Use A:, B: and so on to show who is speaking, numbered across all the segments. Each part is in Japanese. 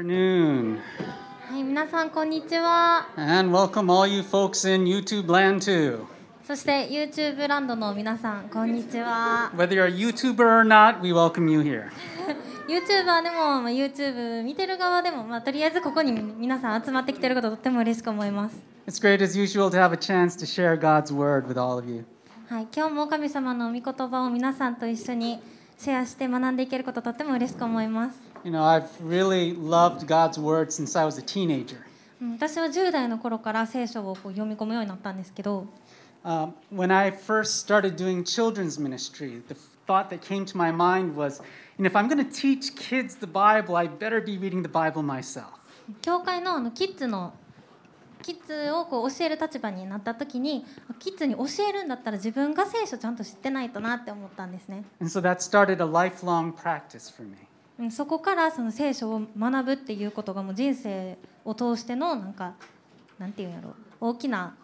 A: Afternoon,
B: はい、皆さんこんにちは。
A: and welcome all you folks in YouTube land too.
B: そして YouTube ランドの皆さんこんにちは。
A: Whether you're a YouTuber or not, we welcome you here.
B: YouTuber でもまあ YouTube 見てる側でもまあとりあえずここに皆さん集まってきてることとっても嬉しく思います。
A: It's great as usual to have a chance to share God's word with all of you.
B: はい、今日も神様の御言葉を皆さんと一緒にシェアして学んでいけることとっても嬉しく思います。
A: You know, I've really loved God's word since I was a teenager.
B: うん私は10代の頃から聖書をこう読み込むようになったんですけど、
A: Um, when I first started doing children's ministry, the thought that came to my mind was, you know, if I'm going to teach kids the Bible, I better be reading the Bible myself.
B: 教会のあのキッズのキッズをこう教える立場になった時にキッズに教えるんだったら自分が聖書ちゃんと知ってないとなって思ったんですね
A: And so that started a lifelong practice for me.
B: うんそこからその聖書を学ぶっていうことがもう人生を通してのなんかなんていうんやろ大きな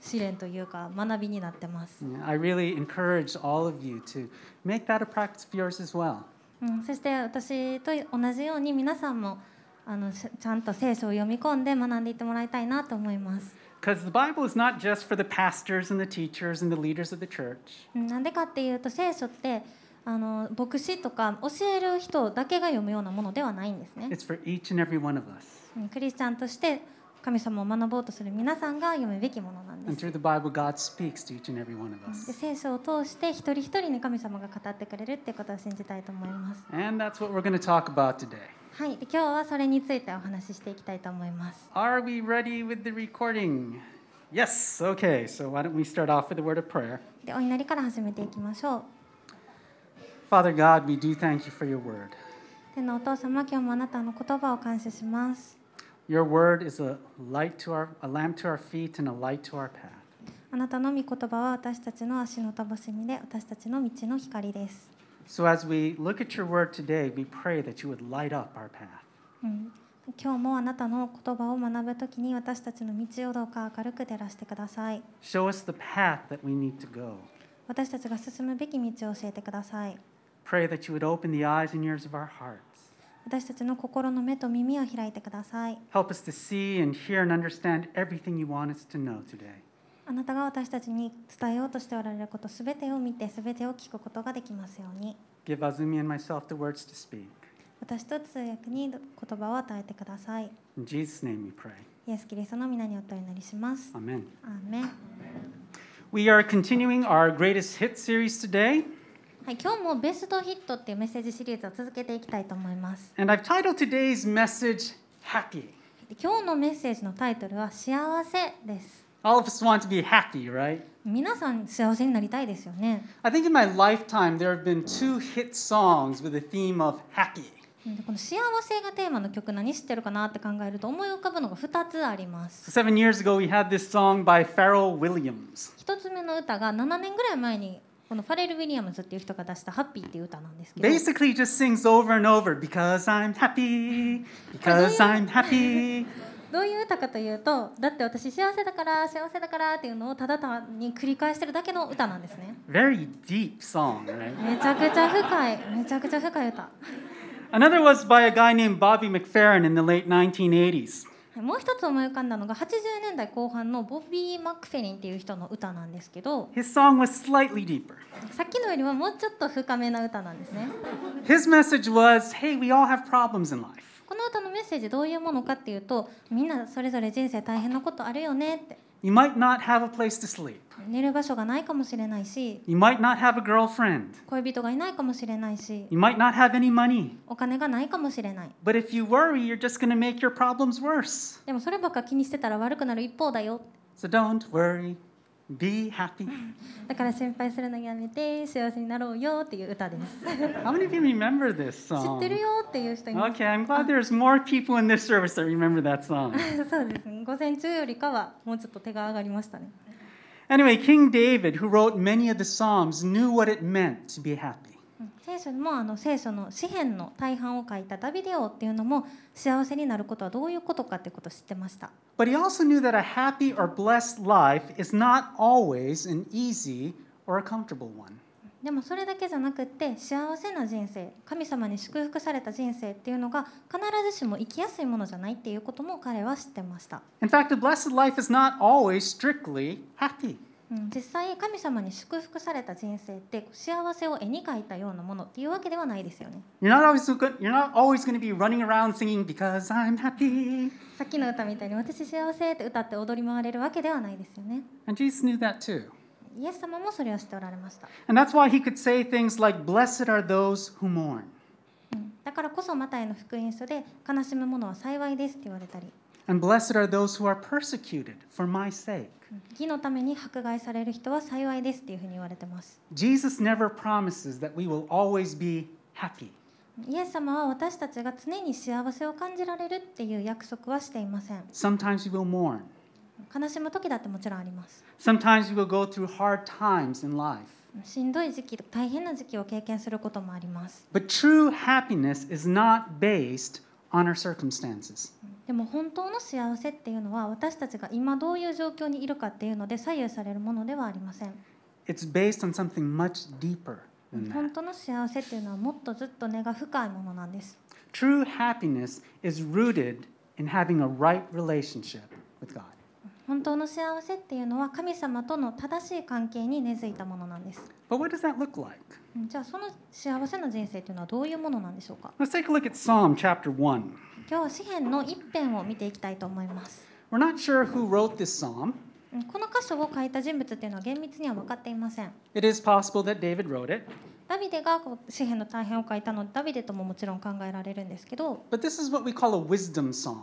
B: 試練というか学びになってます、
A: Yeah, I really encourage all of you to make that a practice of yours as well.
B: うん、そして私と同じように皆さんもあのしちゃんと聖書を読み込んで学んでいってもらいたいなと思います、
A: Because the Bible is not just for the pastors and the teachers and the leaders of the church,
B: うんなんでかっていうと聖書ってあの牧師とか教える人だけが読むようなものではないんですね、
A: it's for each and every one of us.
B: うんクリスチャンとして神様を学ぼうとする皆さんが読むべきものなんです
A: And through the Bible, God speaks to each and every one of
B: で
A: us.
B: 聖書を通して一人一人に神様が語ってくれるっていうことを信じたいと思います。
A: And that's what we're going to talk about today.
B: はい、で今日はそれについてお話ししていきたいと思います。
A: Are we ready with the recording? Yes, okay, so why don't we start off with a word of prayer?
B: でお祈りから始めていきましょう。
A: Father God, we do thank you for your word.
B: 天のお父様、今日もあなたの言葉を感謝します。
A: Your word is a light to our a lamp to our feet and a light to our path.
B: あなたの御言葉は私たちの足のたぼしみで私たちの道の光です。
A: So as we look at your word today, we pray that you would light up our path.
B: うん、今日もあなたの言葉を学ぶときに私たちの道をどうか明るく照らしてください。
A: Show us the path that we need to go.
B: 私たちが進むべき道を教えてください。
A: Pray that you would open the eyes and ears of our hearts.
B: 私たちの心の目と耳を開いてください。
A: Help us to see and hear and understand everything you want us to know today.
B: あなたが私たちに伝えようとしておられることすべてを見てすべてを聞くことができますように
A: Give Azumi and myself the words to speak.
B: 私と通訳に言葉を与えてください
A: In Jesus' name we pray.
B: イエス・キリストの皆によってお祈りします
A: Amen.
B: アーメン、は
A: We are continuing our greatest hit series today,
B: い、今日もベストヒットっていうメッセージシリーズを続けていきたいと思います
A: and I've titled today's message Happy.
B: で今日のメッセージのタイトルは幸せです
A: All of us want to be happy, right?
B: 皆さん幸せになりたいですよね
A: I think in my lifetime there have been two hit songs with the theme of happy.
B: でこの幸せがテーマの曲何知ってるかなって考えると思い浮かぶのが2つあります
A: So seven years ago we had this song by Pharrell Williams.
B: 一つ目の歌が7年ぐらい前にこのファレル・ウィリアムズっていう人が出した「ハッピー」っていう歌なんですけど
A: Basically he just sings over and over because I'm happy, because I'm happy.
B: どういう歌かというとだって私幸せだから幸せだからっていうのをただ単に繰り返してるだけの歌なんですね
A: Very deep song, right?
B: めちゃくちゃ深いめちゃくちゃ深い歌
A: Another was by a guy named Bobby McFerrin in the late 1980s.
B: もう一つ思い浮かんだのが80年代後半のボビー・マックフェリンっていう人の歌なんですけど
A: His song was slightly deeper.
B: さっきのよりはもうちょっと深めな歌なんですね
A: His message was, "Hey, we all have problems in life.
B: この歌のメッセージどういうものかっていうとみんなそれぞれ人生大変なことあるよねって
A: You might not have a place to sleep.
B: 寝る場所がないかもしれないし
A: You might not have a girlfriend.
B: 恋人がいないかもしれないし
A: You might not have any money."
B: お金がないかもしれない
A: But if you worry, you're just going to make your problems worse.
B: でもそればっか気にしてたら悪くなる一方だよ
A: So don't worry, be happy.
B: だから心配するのやめて幸せになろうよっていう歌です知
A: How many of you remember this
B: ってる
A: song?
B: よっていう人います
A: Okay, I'm glad there's more people in this service that remember that song.
B: そうですね午前中よりかはもうちょっと手が上がりましたね
A: Anyway, King David, who wrote many of the Psalms, knew what it meant to be happy.
B: うん聖書にもあの聖書の詩篇の大半を書いたダビデオっていうのも幸せになることはどういうことかっていうことを知ってました
A: But he also knew that a happy or blessed life is not always an easy or a comfortable one.
B: でもそれだけじゃなくって幸せな人生神様に祝福された人生っていうのが必ずしも生きやすいものじゃないっていうことも彼は知ってました、
A: In fact, a blessed life is not always strictly happy.
B: うん、実際神様に祝福された人生って幸せを絵に描いたようなものっていうわけではないですよね
A: You're not always go- you're not always going to be running around singing because I'm happy.
B: さっきの歌みたいに「私幸せ」って歌って踊り回れるわけではないですよね
A: And Jesus knew that too.
B: イエス様もそれをしておられました
A: And that's why he could say things like blessed are those who mourn.
B: うんだからこそマタイの福音書で「悲しむ者は幸いです」って言われたり
A: And blessed are those who are persecuted for my sake.
B: うん義のために迫害される人は幸いですっていうふうに言われてます
A: Jesus never promises that we will always be happy.
B: イエス様は私たちが常に幸せを感じられるっていう約束はしていません
A: Sometimes we will mourn.
B: 悲しむ時だってもちろんあります
A: Sometimes we will go through hard times in life.
B: しんどい時期大変な時期を経験することもあります
A: But true happiness is not based on our circumstances.
B: でも本当の幸せっていうのは私たちが今どういう状況にいるかっていうので左右されるものではありません
A: It's based on something much deeper than
B: 本
A: that.
B: 当の幸せっていうのはもっとずっと根が深いものなんです
A: True happiness is rooted in having a right relationship with God.
B: 本当の幸せっていうのは神様との正しい関係に根付いたものなんです
A: But what does that look like?
B: うんじゃあその幸せな人生っていうのはどういうものなんでしょうか
A: Let's take a look at Psalm chapter 1.
B: 今日は詩篇の一編を見ていきたいと思います。
A: We're not sure who wrote this psalm.
B: うんこの箇所を書いた人物っていうのは厳密には分かっていません。
A: It is possible that David wrote it,
B: ダビデがこう詩篇の大変を書いたのでダビデとももちろん考えられるんですけど
A: but this is what we call a wisdom psalm.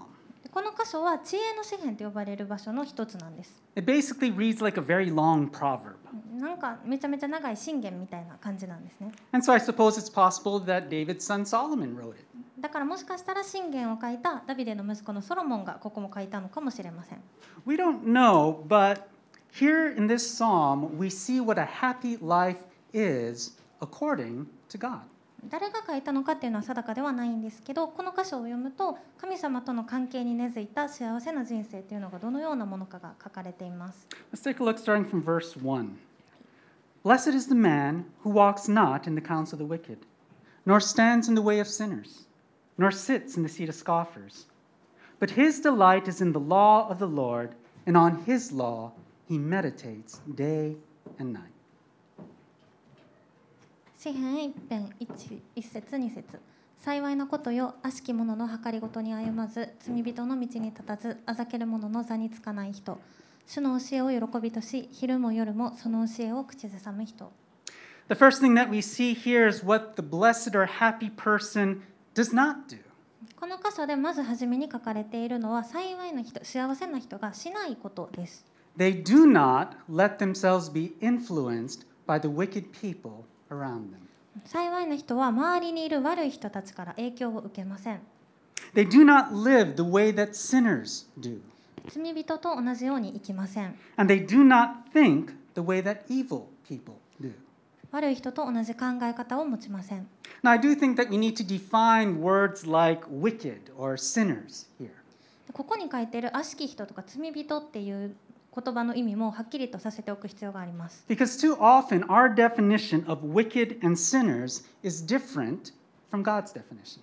B: この箇所は知恵の詩篇と呼ばれる場所の一つなんです。
A: It basically reads like a very long proverb.
B: うんなんかめちゃめちゃ長い信玄みたいな感じなんですね。
A: And so I suppose it's possible that David's son Solomon wrote it.
B: だからもしかしたら信玄を書いたダビデの息子のソロモンがここも書いたのかもしれません。
A: We don't know, but here in this psalm, we see what a happy life is according to God.
B: 誰が書いたのかっていうのは定かではないんですけどこの箇所を読むと神様との関係に根付いた幸せな人生っていうのがどのようなものかが書かれています
A: Let's take a look starting from verse 1. Blessed is the man who walks not in the counsel of the wicked, nor stands in the way of sinners, nor sits in the seat of scoffers. But his delight is in the law of the Lord, and on his law he meditates day and night.
B: 詩篇一編一一節二節幸いなことよ悪しき者の計りごとに歩まず罪人の道に立たずあざける者の座につかない人主の教えを喜びとし昼も夜もその教えを口ずさむ人
A: The first thing that we see here is what the blessed or happy person does not do.
B: この箇所でまず初めに書かれているのは幸いな人幸せな人がしないことです
A: They do not let themselves be influenced by the wicked people around them.
B: 幸いな人は周りにいる悪い人たちから影響を受けません
A: They do not live the way that sinners do,
B: 罪人と同じように生きません
A: and they do not think the way that evil people do.
B: 悪い人と同じ考え方を持ちません
A: Now, I do think that we need to define words like wicked or sinners here.
B: ここに書いている悪しき人とか罪人っていう言葉の意味もはっきりとさせておく必要があります
A: Because too often our definition of wicked and sinners is different from God's definition.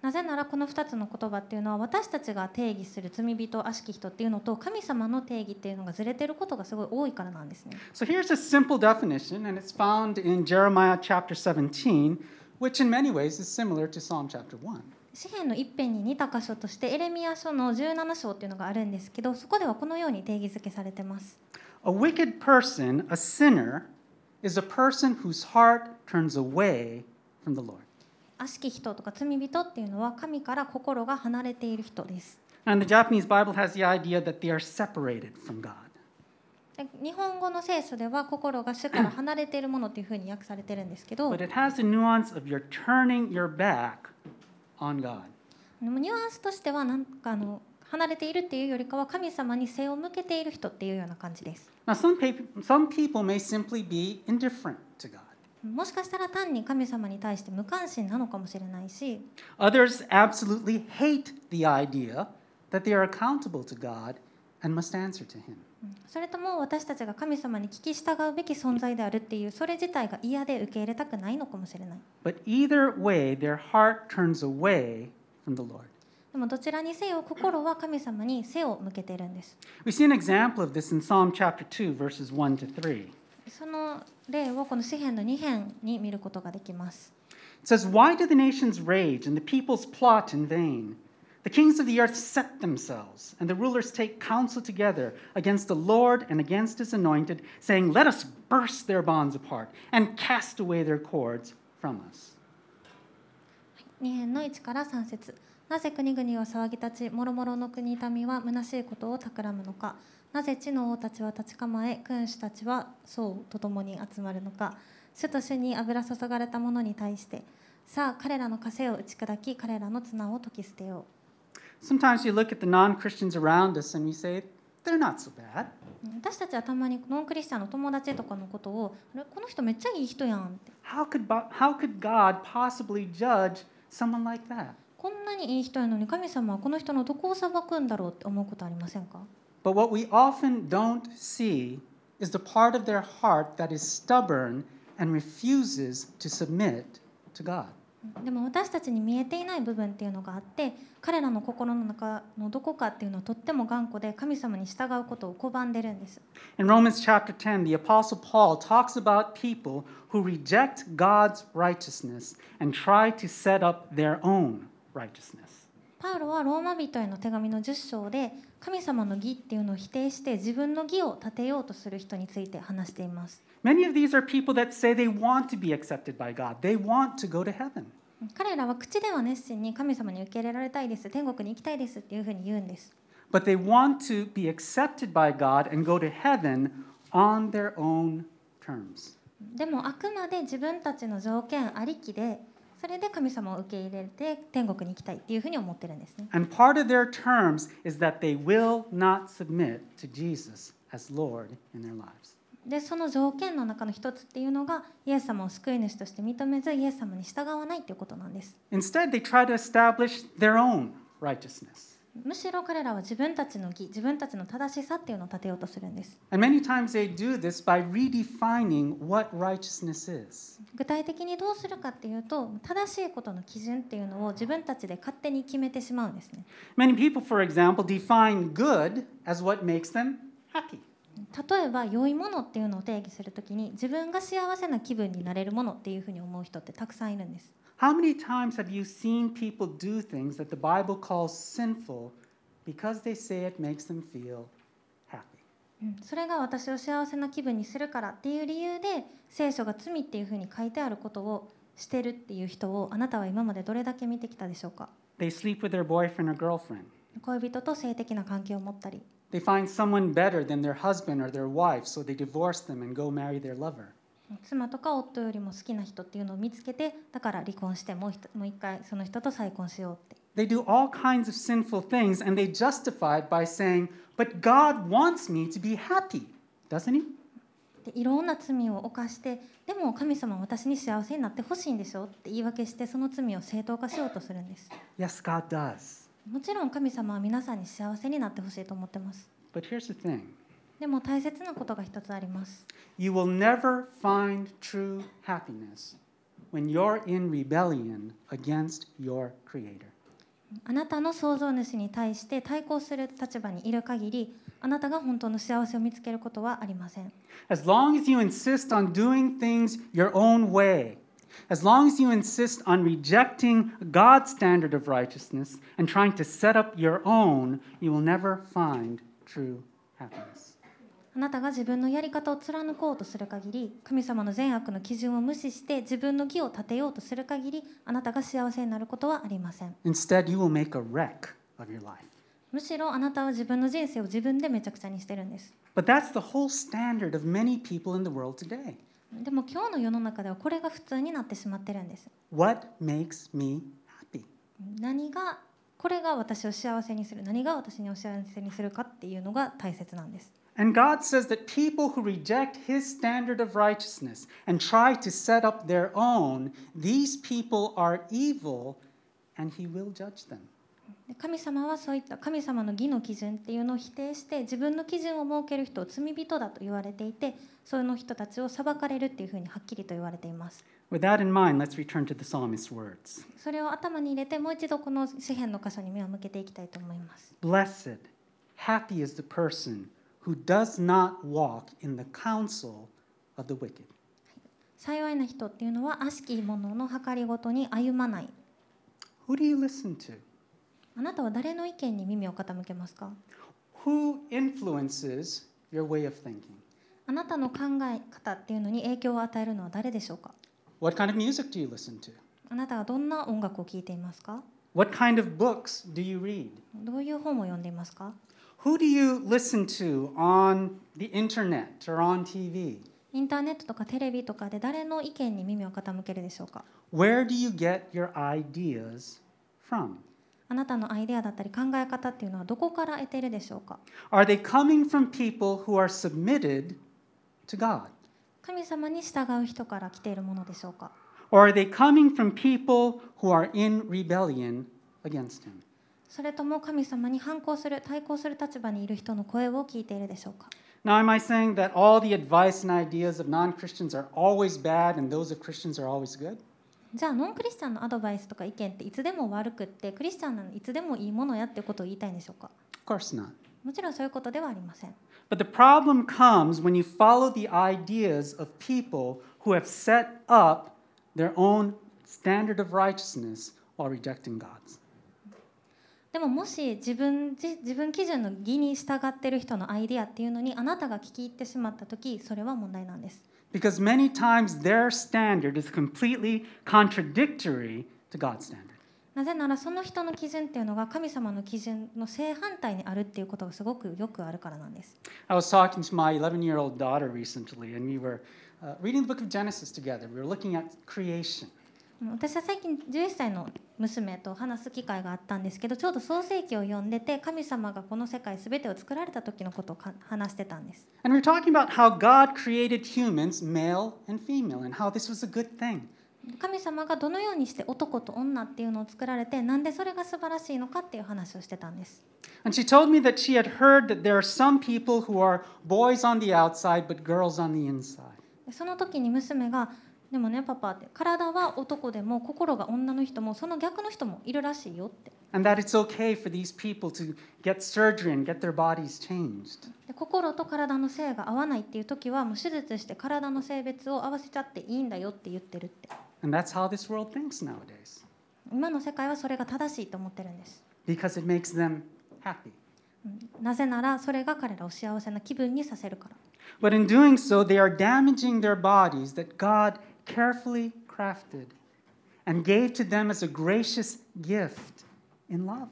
B: なぜならこの2つの言葉っていうのは私たちが定義する罪人悪しき人っていうのと神様の定義っていうのがずれてることがすごい多いからなんですね
A: So here's a simple definition, and it's found in Jeremiah chapter 17, which in many ways is similar to Psalm chapter 1.
B: 詩篇の一辺に似た箇所としてエレミア書の17章っていうのがあるんですけどそこではこのように定義づけされてます
A: A wicked person, a sinner, is a person whose heart turns away from the Lord.
B: 悪しき人とか罪人っていうのは神から心が離れている人です。
A: And the Japanese Bible has the idea that they are separated from God.
B: で日本語の聖書では心が主から離れているものっていうふうに訳されてるんですけど
A: But it has the nuance of you're turning your back on God.
B: でもニュアンスとしてはなんかあの離れているっていうよりかは神様に背を向けている人っていうような感じです。
A: Now, some, pap- some people may simply be indifferent to God.
B: もしかしたら単に神様に対して無関心なのかもしれないし
A: Others absolutely hate the idea that they are accountable to God and must answer to Him.
B: それとも私たちが神様に聞き従うべき存在であるっていうそれ自体が嫌で受け入れたくないのかもしれない
A: But either way, their heart turns away from the Lord.
B: でもどちらにせよ心は神様に背を向けているんです
A: We see an example of this in Psalm chapter 2, verses 1 to 3.
B: その例をこの詩篇の2編に見ることができます
A: It says, Why do the nations rage and the peoples plot in vain? The kings of the earth set themselves, and the rulers take counsel together against the Lord and against his anointed, saying, Let us burst their bonds apart and cast away their cords from us.
B: 2編の1から3節なぜ国々は騒ぎ立ち諸々の国民は虚しいことを企むのかなぜ地の王たちは立ち構え君主たちは僧と共に集まるのか主と主に油注がれた者に対してさあ彼らの枷を打ち砕き彼らの綱を解き捨てよ
A: Sometimes you look at the non Christians around us and we say, They're not so bad.
B: う私たちはたまにノンクリスチャンの友達とかのことをあれこの人めっちゃいい人やんって
A: How could, bo- how could God possibly judge someone like that?
B: こんなにいい人やのに神様はこの人のどこを裁くんだろうって思うことありませんか
A: But what we often don't see is the part of their heart that is stubborn and refuses to submit to God.
B: でも私たちに見えていない部分っていうのがあって彼らの心の中のどこかっていうのはとっても頑固で神様に従うことを拒んでるんです
A: In Romans chapter 10, the Apostle Paul talks about people who reject God's righteousness and try to set up their own righteousness.
B: パウロはローマ人への手紙の10章で神様の義っていうのを否定して自分の義を立てようとする人について話しています
A: Many of these are people that say they want to be accepted by God, they want to go to heaven.
B: 彼らは口では熱心に神様に受け入れられたいです天国に行きたいですっていうふうに言うんです
A: But they want to be accepted by God and go to heaven on their own terms.
B: でもあくまで自分たちの条件ありきでそれで神様を受け入れて天国に行きたいっていうふうに思ってるんですね
A: And part of their terms is that they will not submit to Jesus as Lord in their lives.
B: でその条件の中の一つっていうのがイエス様を救い主として認めずイエス様に従わないっていうことなんです
A: Instead, they try to establish their own righteousness.
B: むしろ彼らは自分たちの義自分たちの正しさっていうのを立てようとするんです
A: And many times they do this by redefining what righteousness is.
B: 具体的にどうするかっていうと正しいことの基準っていうのを自分たちで勝手に決めてしまうんですね
A: Many people, for example, define good as what makes them happy.
B: 例えば良いものっていうのを定義するときに自分が幸せな気分になれるものっていうふうに思う人ってたくさんいるんです
A: How many times have you seen people do things that the Bible calls sinful because they say it makes them feel happy?
B: うんそれが私を幸せな気分にするからっていう理由で聖書が罪っていうふうに書いてあることをしてるっていう人をあなたは今までどれだけ見てきたでしょうか
A: They sleep with their boyfriend or girlfriend.
B: 恋人と性的な関係を持ったり
A: They find someone better than their husband or their wife, so they divorce them and go marry their lover.
B: 妻とか夫よりも好きな人っていうのを見つけてだから離婚してもうひともう一回その人と再婚しようって
A: They do all kinds of sinful things and they justify it by saying, But God wants me to be happy, doesn't He?
B: でいろんな罪を犯してでも神様は私に幸せになってほしいんでしょって言い訳してその罪を正当化しようとするんです
A: Yes, God does.
B: もちろん神様は皆さんに幸せになってほしいと思ってます
A: But here's the thing
B: でも大切なことが一つあります
A: you will never find true happiness when you're in rebellion against your Creator.
B: あなたの創造主に対して対抗する立場にいる限りあなたが本当の幸せを見つけることはありません
A: As long as you insist on doing things your own way, as long as you insist on rejecting God's standard of righteousness and trying to set up your own, you will never find true happiness.
B: あなたが自分のやり方を貫こうとする限り神様の善悪の基準を無視して自分の義を立てようとする限りあなたが幸せになることはありません
A: Instead, you will make a wreck of your life.
B: むしろあなたは自分の人生を自分でめちゃくちゃにしてるんです
A: But that's the whole standard of many people in the world today.
B: でも今日の世の中ではこれが普通になってしまってるんです
A: What makes me happy?
B: 何がこれが私を幸せにする何が私にお幸せにするかっていうのが大切なんです
A: And God says that people who reject His standard of righteousness and try to set up their own, these people are evil and He will judge them.
B: で神様はそういった神様の義の基準っていうのを否定して自分の基準を設ける人を罪人だと言われていてその人たちを裁かれるっていうふうにはっきりと言われています
A: With that in mind, let's return to the psalmist's words
B: それを頭に入れてもう一度この詩篇の箇所に目を向けていきたいと思います
A: Blessed, happy is the person who does not walk in the counsel of the wicked,
B: 幸いな人っていうのは悪しき者の計りごとに歩まない
A: Who do you listen to?
B: あなたは誰の意見に耳を傾けますか
A: Who influences your way of thinking?
B: あなたの考え方っていうのに影響を与えるのは誰でしょうか
A: What kind of music do you listen to?
B: あなたはどんな音楽を聴いていますか
A: What kind of books do you read?
B: どういう本を読んでいますか
A: Who do you listen to on the internet or on TV?
B: インターネットとかテレビとかで誰の意見に耳を傾けるでしょうか
A: Where do you get your ideas from?
B: あなたのアイデアだったり考え方っていうのはどこから得ているでしょうか
A: Are they coming from people who are submitted to God?
B: 神様に従う人から来ているものでしょうか
A: Or are they coming from people who are in rebellion against Him?
B: それとも神様に反抗する対抗する立場にいる人の声を聞いているでしょうか
A: Now, am I saying that all the advice and ideas of non Christians are always bad and those of Christians are always good?
B: じゃあノンクリスチャンのアドバイスとか意見っていつでも悪くってクリスチャンなのいつでもいいものやってことを言いたいんでしょうか
A: Of course not.
B: もちろんそういうことではありません
A: But the problem comes when you follow the ideas of people who have set up their own standard of righteousness while rejecting God's.
B: でももし自分自自分基準の義に従ってる人のアイデアっていうのにあなたが聞き入ってしまった時それは問題なんです
A: Because many times their standard is completely contradictory to God's standard.
B: なぜならその人の基準っていうのが神様の基準の正反対にあるっていうことがすごくよくあるからなんです
A: I was talking to my 11 year old daughter recently, and we were uh, reading the book of Genesis together. We were looking at creation.
B: うん私は最近11歳の娘と話す機会があったんですけどちょうど創世記を読んでて神様がこの世界全てを作られた時のことをか話してたんです
A: And we were talking about how God created humans, male and female, and how this was a good thing.
B: 神様がどのようにして男と女っていうのを作られてなんでそれが素晴らしいのかっていう話をしてたんです
A: And she told me that she had heard that there are some people who are boys on the outside but girls on the inside.
B: でその時に娘が「でもねパパ」って「体は男でも心が女の人もその逆の人もいるらしいよ」って。
A: And that it's okay for these people to get surgery and get their bodies changed.
B: で心と体の性が合わないっていう時はもう手術して体の性別を合わせちゃっていいんだよって言ってるって
A: And that's how this world thinks nowadays,
B: 今の世界はそれが正しいと思ってるんです、
A: because it makes them happy.
B: うんなぜならそれが彼らを幸せな気分にさせるから
A: But in doing so, they are damaging their bodies that God carefully crafted and gave to them as a gracious gift in love.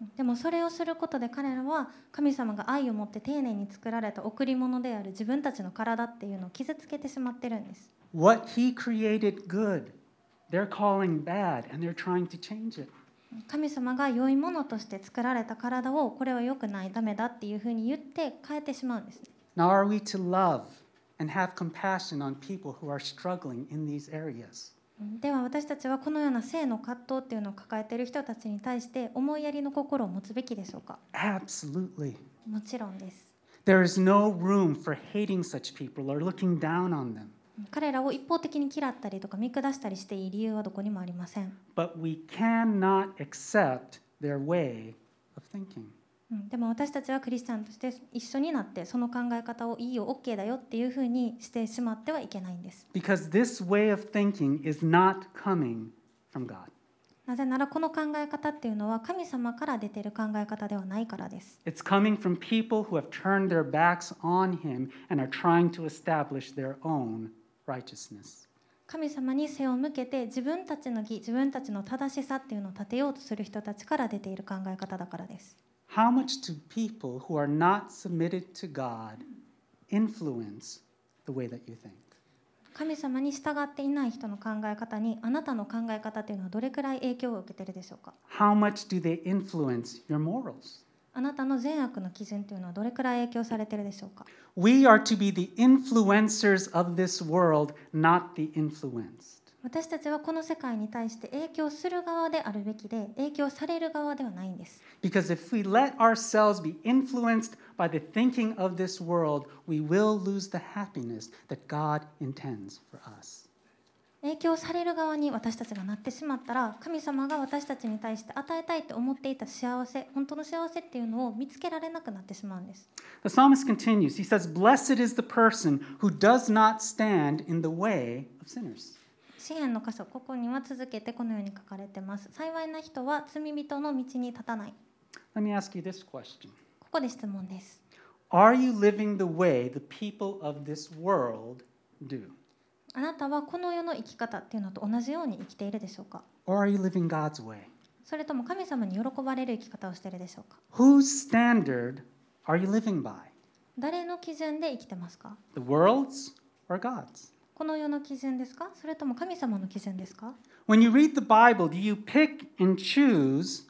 B: うんでもそれをすることで彼らは神様が愛を持って丁寧に作られた贈り物である自分たちの体っていうのを傷つけてしまってるんです
A: What He created good, they're calling bad and they're trying to change it.
B: 神様が良いものとして作られた体をこれは良くないダメだっていうふうに言って変えてしまうんですね
A: Now, are we to love and have compassion on people who are struggling in these areas?
B: では私たちはこのような性の葛藤っていうのを抱えている人たちに対して思いやりの心を持つべきでしょうか
A: Absolutely.
B: もちろんです
A: There is no room for hating such people or looking down on them,
B: 彼らを一方的に嫌ったりとか見下したりしていい理由はどこにもありません
A: but we cannot accept their way of thinking.
B: うんでも私たちはクリスチャンとして一緒になってその考え方をいいよ OK だよっていうふうにしてしまってはいけないんです
A: Because this way of thinking is not coming from God.
B: なぜならこの考え方っていうのは神様から出ている考え方ではないからです
A: It's coming from people who have turned their backs on Him and are trying to establish their own righteousness.
B: 神様に背を向けて自分たちの義自分たちの正しさっていうのを立てようとする人たちから出ている考え方だからです
A: How much do people who are not submitted to God influence the way that you think?
B: 神様に従っていない人の考え方にあなたの考え方というのはどれくらい影響を受けているでしょうか
A: How much do they influence your morals?
B: あなたの善悪の基準というのはどれくらい影響されているでしょうか
A: We are to be the influencers of this world, not the influenced.
B: 私たちはこの世界に対して影響する側であるべきで影響される側ではないんです
A: Because if we let ourselves be influenced by the thinking of this world, we will lose the happiness that God intends for us.
B: 影響される側に私たちがなってしまったら神様が私たちに対して与えたいと思っていた幸せ本当の幸せっていうのを見つけられなくなってしまうんです
A: The psalmist continues. He says, Blessed is the person who does not stand in the way of sinners.
B: 詩篇の箇所ここには続けてこのように書かれてます幸いな人は罪人の道に立たない
A: Let me ask you this question
B: ここで質問です
A: Are you living the way the people of this world do?
B: あなたはこの世の生き方っていうのと同じように生きているでしょうか
A: Or are you living God's way?
B: それとも神様に喜ばれる生き方をしているでしょうか
A: Whose standard are you living by?
B: 誰の基準で生きてますか
A: The world's or God's?
B: この世の基準ですかそれとも神様の基準ですか
A: When you read the Bible, do you pick and choose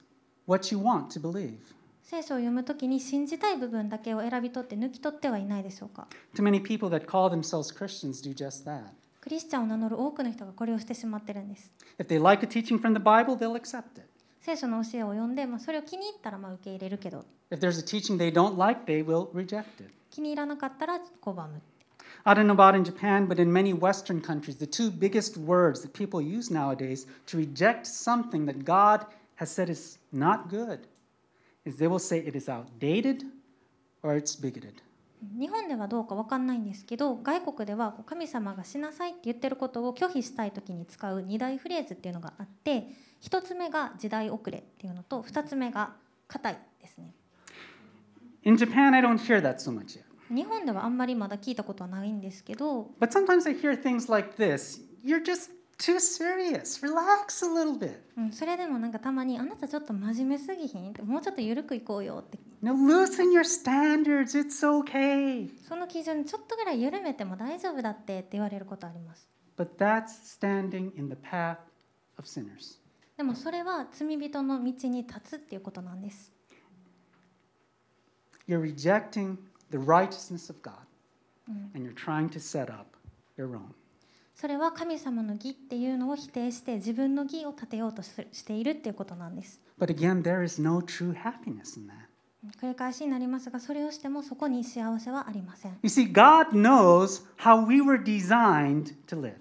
A: what you want to believe?
B: 聖書を読むときに信じたい部分だけを選び取って抜き取ってはいないでしょうか
A: Too many people that call themselves Christians do just that.
B: クリスチャンを名乗る多くの人がこれをしてしまってるんです
A: If they like a teaching from the Bible, they'll accept it.
B: 聖書の教えを読んで、まあ、それを気に入ったらまあ受け入れるけど
A: If there's a teaching they don't like, they will reject it.
B: 気に入らなかったら拒む
A: I don't know about in Japan, but in many Western countries, the two biggest words that people use nowadays to reject something that God has said is not good is they will say it is outdated or it's bigoted.
B: 日本ではどうか分かんないんですけど外国ではこう神様がしなさいって言ってることを拒否したい時に使う二大フレーズっていうのがあって一つ目が時代遅れっていうのと二つ目が硬いですね
A: In Japan, I don't hear that so much yet.
B: 日本ではあんまりまだ聞いたことはないんですけど
A: But sometimes I hear things like this You're just too serious. Relax a little bit.
B: うん、それでもなんかたまに「あなたちょっと真面目すぎひん?」って「もうちょっと緩くいこうよ」って
A: Now loosen your standards. It's okay.
B: その基準ちょっとぐらい緩めても大丈夫だってって言われることあります
A: But that's standing in the path of sinners.
B: でもそれは罪人の道に立つっていうことなんです
A: You're rejecting the righteousness of God,
B: Mm.
A: and you're trying to set up your own.
B: それは神様の義っていうのを否定して自分の義を立てようとするしているっていうことなんです
A: But again, there is no true happiness in that.
B: 繰り返しになりますがそれをしてもそこに幸せはありません
A: You see, God knows how we were designed to live.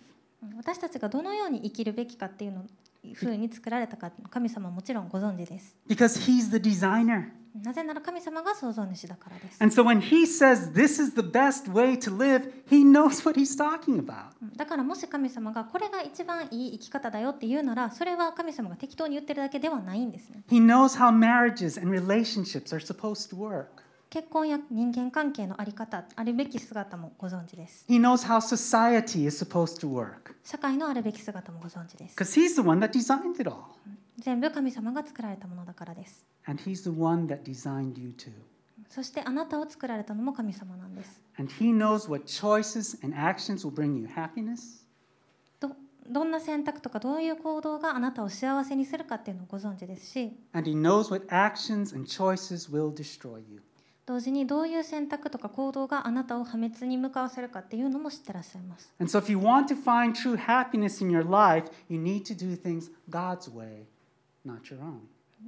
B: うん私たちがどのように生きるべきかっていうのふうに作られたか神様はもちろんご存知です
A: Because he's the designer.
B: なぜなら神様が創造主だからです
A: And so when he says this is the best way to live, he knows what he's talking about.
B: うんだからもし神様がこれが一番いい生き方だよって言うならそれは神様が適当に言ってるだけではないんですね
A: He knows how marriages and relationships are supposed to work.
B: 結婚や人間関係のあり方あるべき姿もご存知です
A: He knows how society is supposed to work.
B: 社会のあるべき姿もご存知です
A: Because he's the one that designed it all.
B: 全部神様が作られたものだからです
A: And he's the one that designed you too.
B: そしてあなたを作られたのも神様なんです
A: And he knows what choices and actions will bring you happiness
B: どどんな選択とかどういう行動があなたを幸せにするかっていうのをご存知ですし
A: and he knows what actions and choices will destroy you.
B: 同時にどういう選択とか行動があなたを破滅に向かわせるかっていうのも知ってらっしゃいます
A: And so if you want to find true happiness in your life, you need to do things God's way, not your own.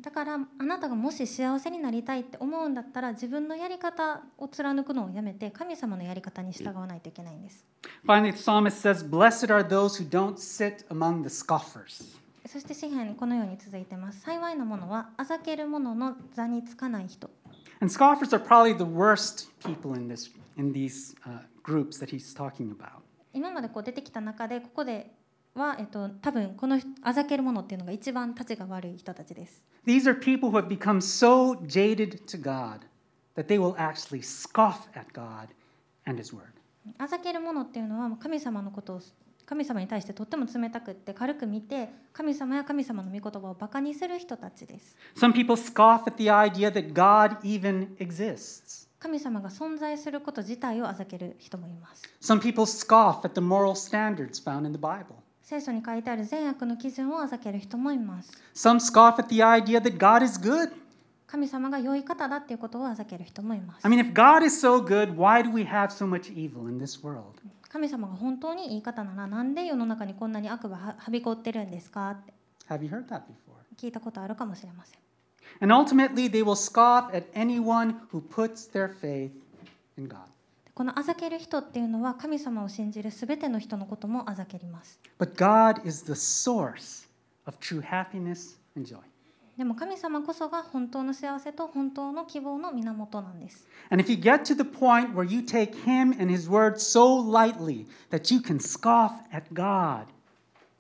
B: だからあなたがもし幸せになりたいって思うんだったら自分のやり方を貫くのをやめて神様のやり方に従わないといけないんです
A: Finally, the psalmist says, Blessed are those who don't sit among the scoffers.
B: そして詩篇このように続いてます幸いなものはあざける者の座につかない人
A: And scoffers are probably the worst people in, this, in these uh, groups that he's talking about.
B: 今までこう出てきた中でここでは、えっと、多分この人あざける者っていうのが一番たちが悪い人たちです、
A: These are people who have become so jaded to God that they will actually scoff at God and His Word.
B: あざける者っていうのは神様のことを神様に対してとっても冷たくって軽く見て神様や神様の御言葉をバカにする人たちです
A: Some people scoff at the idea that God even exists.
B: 神様が存在すること自体をあざける人もいます
A: Some people scoff at the moral standards found in the Bible.
B: 聖書に書いてある善悪の基準をあざける人もいます
A: Some scoff at the idea that God is good.
B: 神様が良い方だっていうことをあざける人もいます
A: I mean, if God is so good, why do we have so much evil in this world?
B: 神様が本当にいい方ならなんで世の中にこんなに悪がははびこってるんですかって
A: Have you heard that before?
B: 聞いたことあるかもしれません
A: And ultimately, they will scoff at anyone who puts their faith in God.
B: このあざける人っていうのは神様を信じる全ての人のこともあざけります
A: But God is the source of true happiness and joy.
B: でも神様こそが本当の幸せと本当の希望の源なんです
A: And if you get to the point where you take Him and His word so lightly that you can scoff at God,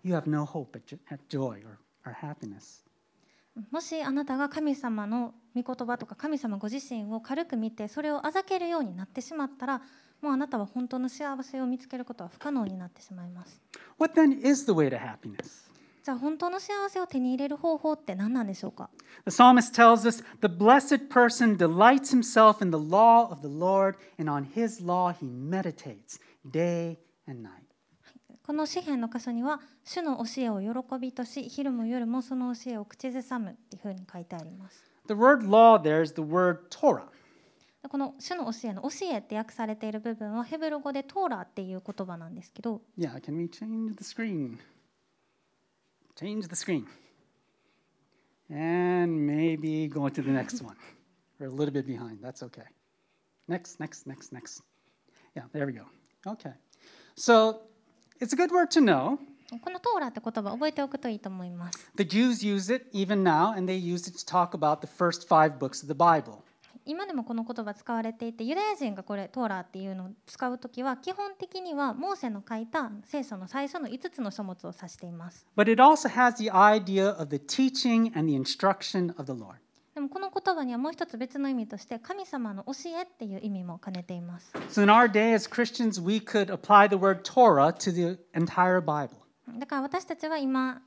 A: you have no hope at, jo- at joy or, or happiness.
B: もしあなたが神様の御言葉とか神様ご自身を軽く見てそれをあざけるようになってしまったらもうあなたは本当の幸せを見つけることは不可能になってしまいます
A: What then is the way to happiness?
B: じゃあ本当の幸せを手に入れる方法って何なんでしょうか
A: The psalmist tells us the blessed person delights himself in the law of the Lord, and on his law he meditates day and night.
B: この詩篇の箇所には「主の教えを喜びとし昼も夜もその教えを口ずさむ」っていうふうに書いてあります。
A: The word law there is the word Torah.
B: この「主の教え」の「教え」って訳されている部分はヘブル語で「トーラ」っていう言葉なんですけど
A: Yeah, can we change the screen? Change the screen. And maybe go to the next one. We're a little bit behind. That's okay. Next, next, next, next. Yeah, there we go. Okay. So it's a good word to know.
B: この「トーラ」って言葉覚えておくといいと思います。
A: The Jews use it even now, and they use it to talk about the first five books of the Bible.
B: 今でもこの言葉使われていてユダヤ人がこれ「トーラ」っていうのを使う時は基本的にはモーセの書いた聖書の最初の5つの書物を指しています。
A: But it also has the idea of the teaching and the instruction of the Lord.
B: でもこの言葉にはもう一つ別の意味として神様の教えっていう意味も兼ねています。
A: So in our day as Christians, we could apply the word Torah to the entire Bible.
B: だから私たちは今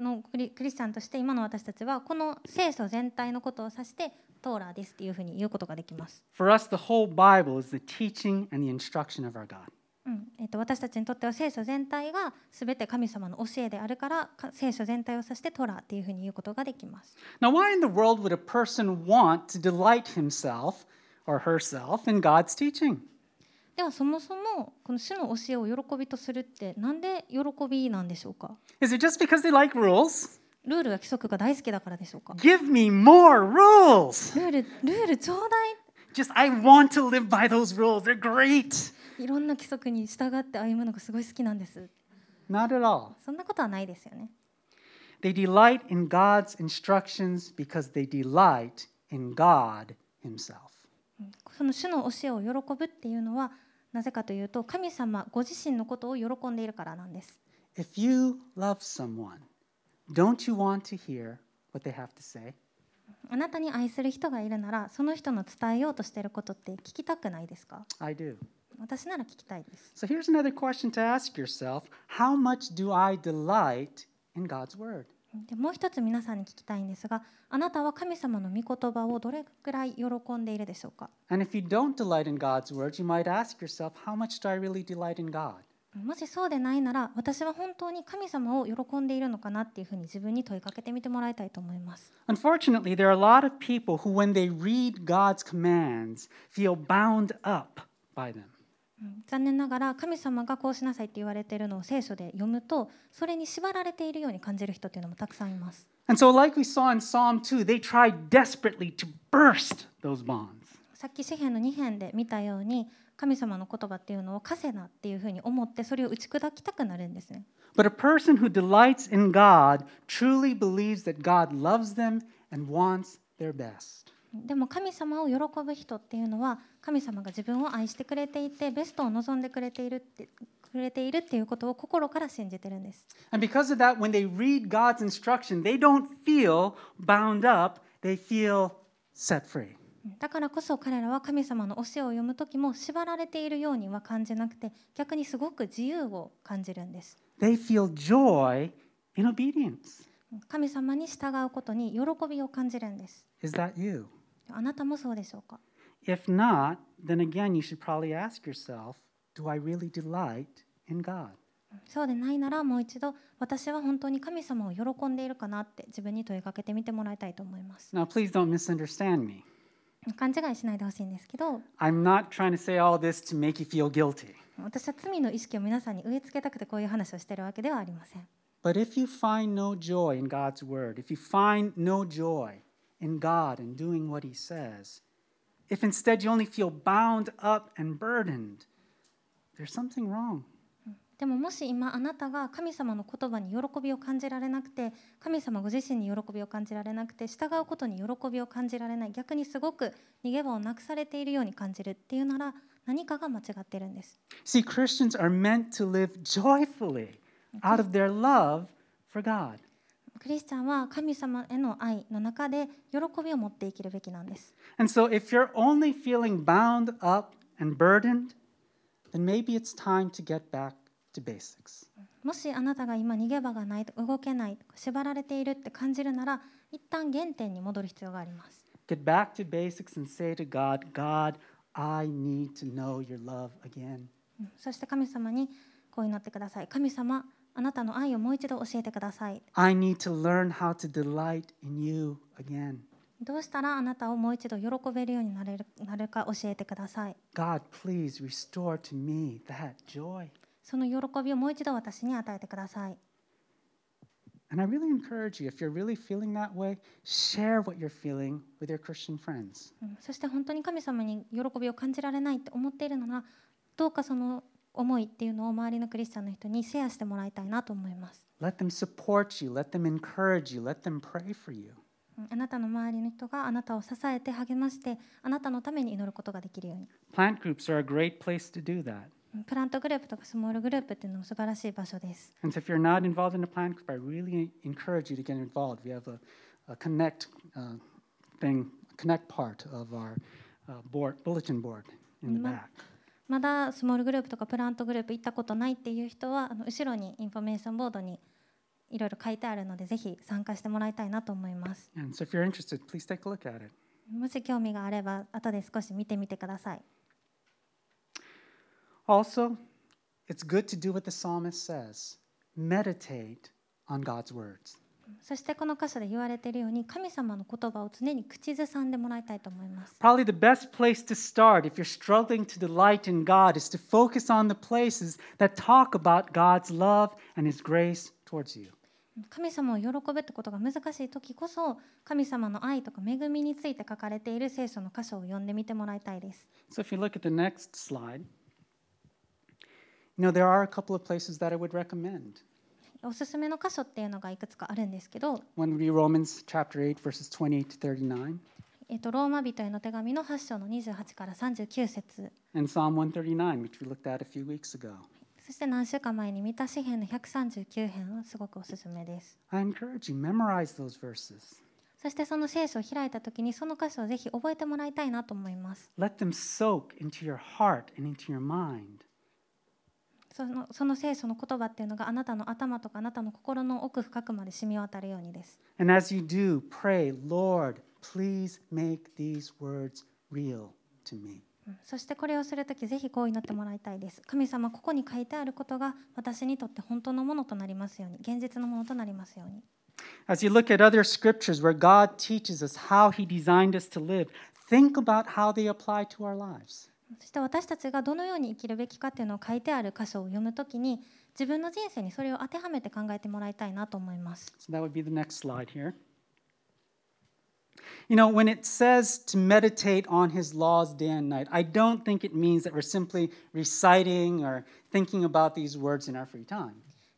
B: のクリクリスチャンとして今の私たちはこの聖書全体のことを指してトーラーですっていうふうに言うことができます、
A: For us, the whole Bible is the teaching and the instruction of our God.
B: うんえっと私たちにとっては聖書全体が全て神様の教えであるからか聖書全体を指してトーラーっていうふうに言うことができます
A: Now, why in the world would a person want to delight himself or herself in God's teaching?
B: ではそもそもこの主の教えを喜びとするってなんで喜びなんでしょうか
A: Is it just because they like rules?
B: ルールや規則が大好きだからでしょうか
A: Give me more rules!
B: ルールルールちょうだ
A: Just, I want to live by those rules. They're great.
B: いいろんな規則に従って歩むのがすごい好きなんです
A: Not at all.
B: そんなことはないですよね
A: They delight in God's instructions because they delight in God Himself.
B: その主の教えを喜ぶっていうのはなぜかというと神様ご自身のことを喜んでいるからなんです。
A: If you love someone, don't you want to hear what they have to say?
B: あなたに愛する人がいるならその人の伝えようとしていることって聞きたくないですか
A: I do.
B: 私なら聞きたいです。
A: So here's another question to ask yourself How much do I delight in God's word?
B: でもう一つ皆さんに聞きたいんですがあなたは神様の御言葉をどれくらい喜んでいるでしょうか
A: And if you don't delight in God's word, you might ask yourself, How much do I really delight in God?
B: もしそうでないなら私は本当に神様を喜んでいるのかなっていうふうに自分に問いかけてみてもらいたいと思います。
A: Unfortunately, there are a lot of people who, when they read God's commands, feel bound up by them.
B: 残念ながら神様がこうしなさいって言われているのを聖書で読むとそれに縛られているように感じる人っていうのもたくさんいます。
A: And so, like we saw in Psalm 2, they try desperately to burst those bonds.
B: さっき詩篇の2編で見たように神様の言葉っていうのをカセナっていうふうに思ってそれを打ち砕きたくなるんですね。
A: But a person who delights in God truly believes that God loves them and wants their best.
B: でも神様を喜ぶ人っていうのは神様が自分を愛してくれていてベストを望んでくれているってくれているっていうことを心から信じてるんです。
A: And because of that, when they read God's instruction, they don't feel bound up, they feel set free.
B: だからこそ彼らは神様の教えを読む時も縛られているようには感じなくて逆にすごく自由を感じるんです
A: They feel joy in obedience.
B: 神様に従うことに喜びを感じるんです
A: Is that you?
B: あなたもそうでしょうか
A: If not, then again, you should probably ask yourself do I really delight in God?
B: そうでないならもう一度私は本当に神様を喜んでいるかなって自分に問いかけてみてもらいたいと思います
A: Now, please don't misunderstand me.
B: 勘違いしないでほしいんですけど
A: I'm not trying to say all this to make you feel guilty.
B: 私は罪の意識を皆さんに植え付けたくてこういう話をしているわけではありません
A: But if you find no joy in God's word, if you find no joy in God and doing what he says, if instead you only feel bound up and burdened, there's something wrong.
B: でももし今あなたが神様の言葉に喜びを感じられなくて神様ご自身に喜びを感じられなくて従うことに喜びを感じられない逆にすごく逃げ場をなくされているように感じるっていうなら何かが間違っているんです
A: See, Christians are meant to live joyfully out of their love for God.
B: クリスチャンは神様への愛の中で喜びを持って生きるべきなんです
A: And so if you're only feeling bound up and burdened, then maybe it's time to get back to basics.
B: もしあなたが今逃げ場がないと動けない縛られているって感じるなら一旦原点に戻る必要があります
A: Get back to basics and say to God, God, I need to know your love again.
B: うんそして神様にこう祈ってください神様あなたの愛をもう一度教えてください
A: I need to learn how to delight in you again.
B: どうしたらあなたをもう一度喜べるようになれるなるか教えてください
A: God, please restore to me that joy.
B: その喜びをもう一度私に与えてください
A: And I really encourage you, if you're really feeling that way, share what you're feeling with your Christian friends.
B: うんそして本当に神様に喜びを感じられないって思っているならどうかその思いっていうのを周りのクリスチャンの人にシェアしてもらいたいなと思います
A: Let them support you, let them encourage you, let them pray for you.
B: うんあなたの周りの人があなたを支えて励ましてあなたのために祈ることができるように
A: Plant groups are a great place to do that.
B: うんプラントグループとかスモールグループっていうのも素晴らしい場所です
A: And so if you're not involved in a plant group, I really encourage you to get involved. We have a, a connect uh, thing, connect part of our uh, board, bulletin board in the
B: Ma-
A: back.
B: まだスモールグループとかプラントグループ行ったことないっていう人はあの後ろにインフォメーションボードにいろいろ書いてあるのでぜひ参加してもらいたいなと思います
A: And so if you're interested, please take a look at it.
B: もし興味があれば後で少し見てみてください
A: Also, it's good to do what the psalmist says meditate on God's words.
B: そしてこの箇所で言われているように神様の言葉を常に口ずさんでもらいたいと思います
A: Probably the best place to start if you're struggling to delight in God is to focus on the places that talk about God's love and His grace towards you.
B: 神様を喜ぶってことが難しい時こそ神様の愛とか恵みについて書かれている聖書の箇所を読んでみてもらいたいです
A: So if you look at the next slide, you know, there are a couple of places that I would recommend.
B: おすすめの箇所っていうのがいくつかあるんですけど
A: One would be Romans chapter 8, verses 28 to 39,
B: えっとローマ人への手紙の8章の28から39節
A: and Psalm 139, which we looked at a few weeks ago.
B: そして何週間前に見た詩編の139編はすごくおすすめです。
A: I encourage you, memorize those verses.
B: そしてその聖書を開いた時にその箇所をぜひ覚えてもらいたいなと思います。
A: Let them soak into your heart and into your mind.
B: そのその聖書の言葉っていうのがあなたの頭とかあなたの心の奥深くまで染み渡るようにです。
A: And as you do, pray, Lord, please make these words real to me.
B: うんそしてこれをする時ぜひこう祈ってもらいたいです。神様ここに書いてあることが私にとって本当のものとなりますように現実のものとなりますように。
A: As you look at other scriptures where God teaches us how He designed us to live, think about how they apply to our lives.
B: そして私たちがどのように生きるべきかっていうのを書いてある箇所を読むときに自分の人生にそれを当てはめて考えてもらいたいなと思います。
A: So that would be the next slide here. You know, when it says to meditate on his laws day and night, I don't think it means that we're simply reciting or thinking about these words in our free time.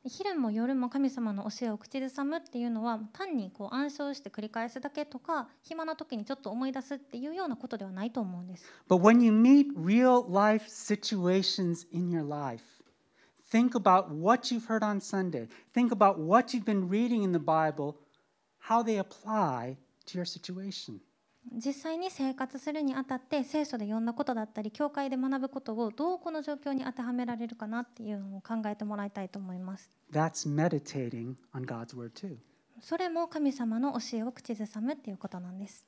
B: 昼も夜も神様の教えを口ずさむっていうのは単にこう暗唱して繰り返すだけとか暇な時にちょっと思い出すっていうようなことではないと思うんです。
A: But when you meet real life situations in your life, think about what you've heard on Sunday, think about what you've been reading in the Bible, how they apply to your situation.
B: 実際に生活するにあたって聖書で読んだことだったり教会で学ぶことをどうこの状況に当てはめられるかなっていうのを考えてもらいたいと思います。
A: That's meditating on God's word too.
B: それも神様の教えを口ずさむっていうことなんです。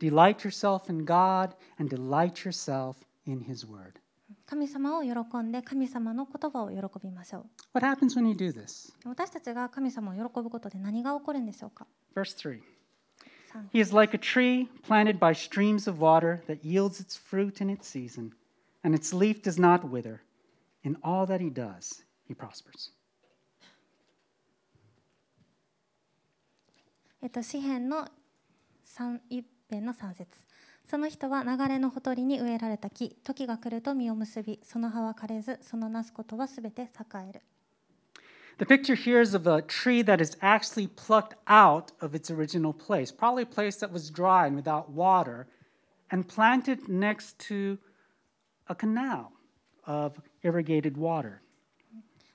A: Delight yourself in God and delight yourself in His Word.
B: 神様を喜んで神様の言葉を喜びましょ
A: What happens when you do this?
B: う私たちが神様を喜ぶことで何が起こるんでしょうか
A: Verse 3
B: 三
A: He is like a tree planted by streams of water that yields its fruit in its season, and its leaf does not wither, In all that he does, he prospers.
B: えっと、詩篇の三一篇の三節その人は流れのほとりに植えられた木時が来ると実を結びその葉は枯れずそのなすことはすべて栄える
A: The picture here is of a tree that is actually plucked out of its original place, probably a place that was dry and without water, and planted next to a canal of irrigated water.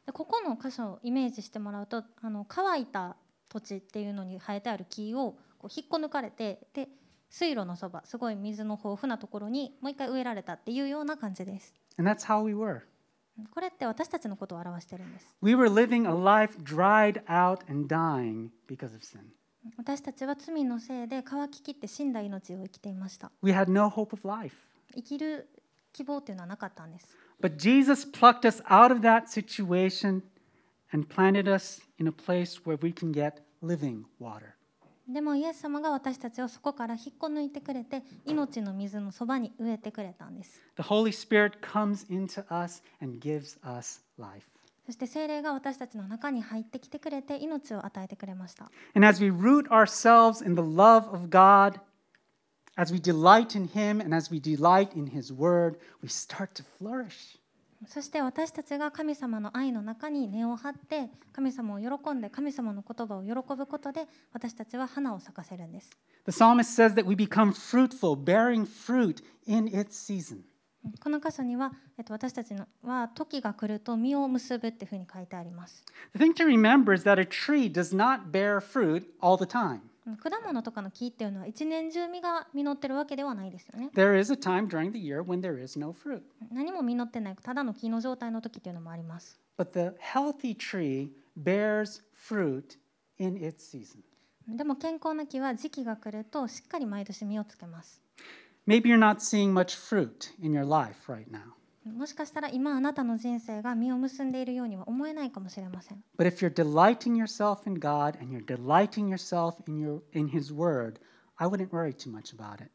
B: でここの箇所をイメージしてもらうとあの乾いた土地っていうのに生えてある木をこう引っこ抜かれてで水路のそばすごい水の豊富なところにもう一回植えられたっていうような感じです
A: And that's how we were.
B: これって私たちのことを表してるんです
A: We were living a life dried out and dying because of sin.
B: 私たちは罪のせいで乾ききって死んだ命を生きていました
A: We had no hope of life.
B: 生きる希望っていうのはなかったんです
A: But Jesus plucked us out of that situation and planted us in a place where we can get living water.
B: でもイエス様が私たちをそこから引っこ抜いてくれて命の水のそばに植えてくれたんです
A: The Holy Spirit comes into us and gives us life.
B: そして精霊が私たちの中に入ってきてくれて命を与えてくれました
A: And as we root ourselves in the love of God, as we delight in Him and as we delight in His Word, we start to flourish.
B: そして私たちが神様の愛の中に根を張って神様を喜んで神様の言葉を喜ぶことで私たちは花を咲かせるんです
A: The psalmist says that we become fruitful, bearing fruit in its season.
B: この箇所には、えっと、私たちのは時が来ると実を結ぶっていうふうに書いてあります
A: The thing to remember is that a tree does not bear fruit all the time.
B: 果物とかの木っていうのは一年中実が実ってるわけではないですよね
A: There is a time during the year when there is no fruit.
B: 何も実ってないただの木の状態の時っていうのもあります
A: But the healthy tree bears fruit in its season.
B: でも健康な木は時期が来るとしっかり毎年実をつけます
A: Maybe you're not seeing much fruit in your life right now.
B: もしかしたら今あなたの人生が実を結んでいるようには思えないかもしれません
A: But if you're delighting yourself in God and you're delighting yourself in, your, in His Word, I wouldn't worry too much about it.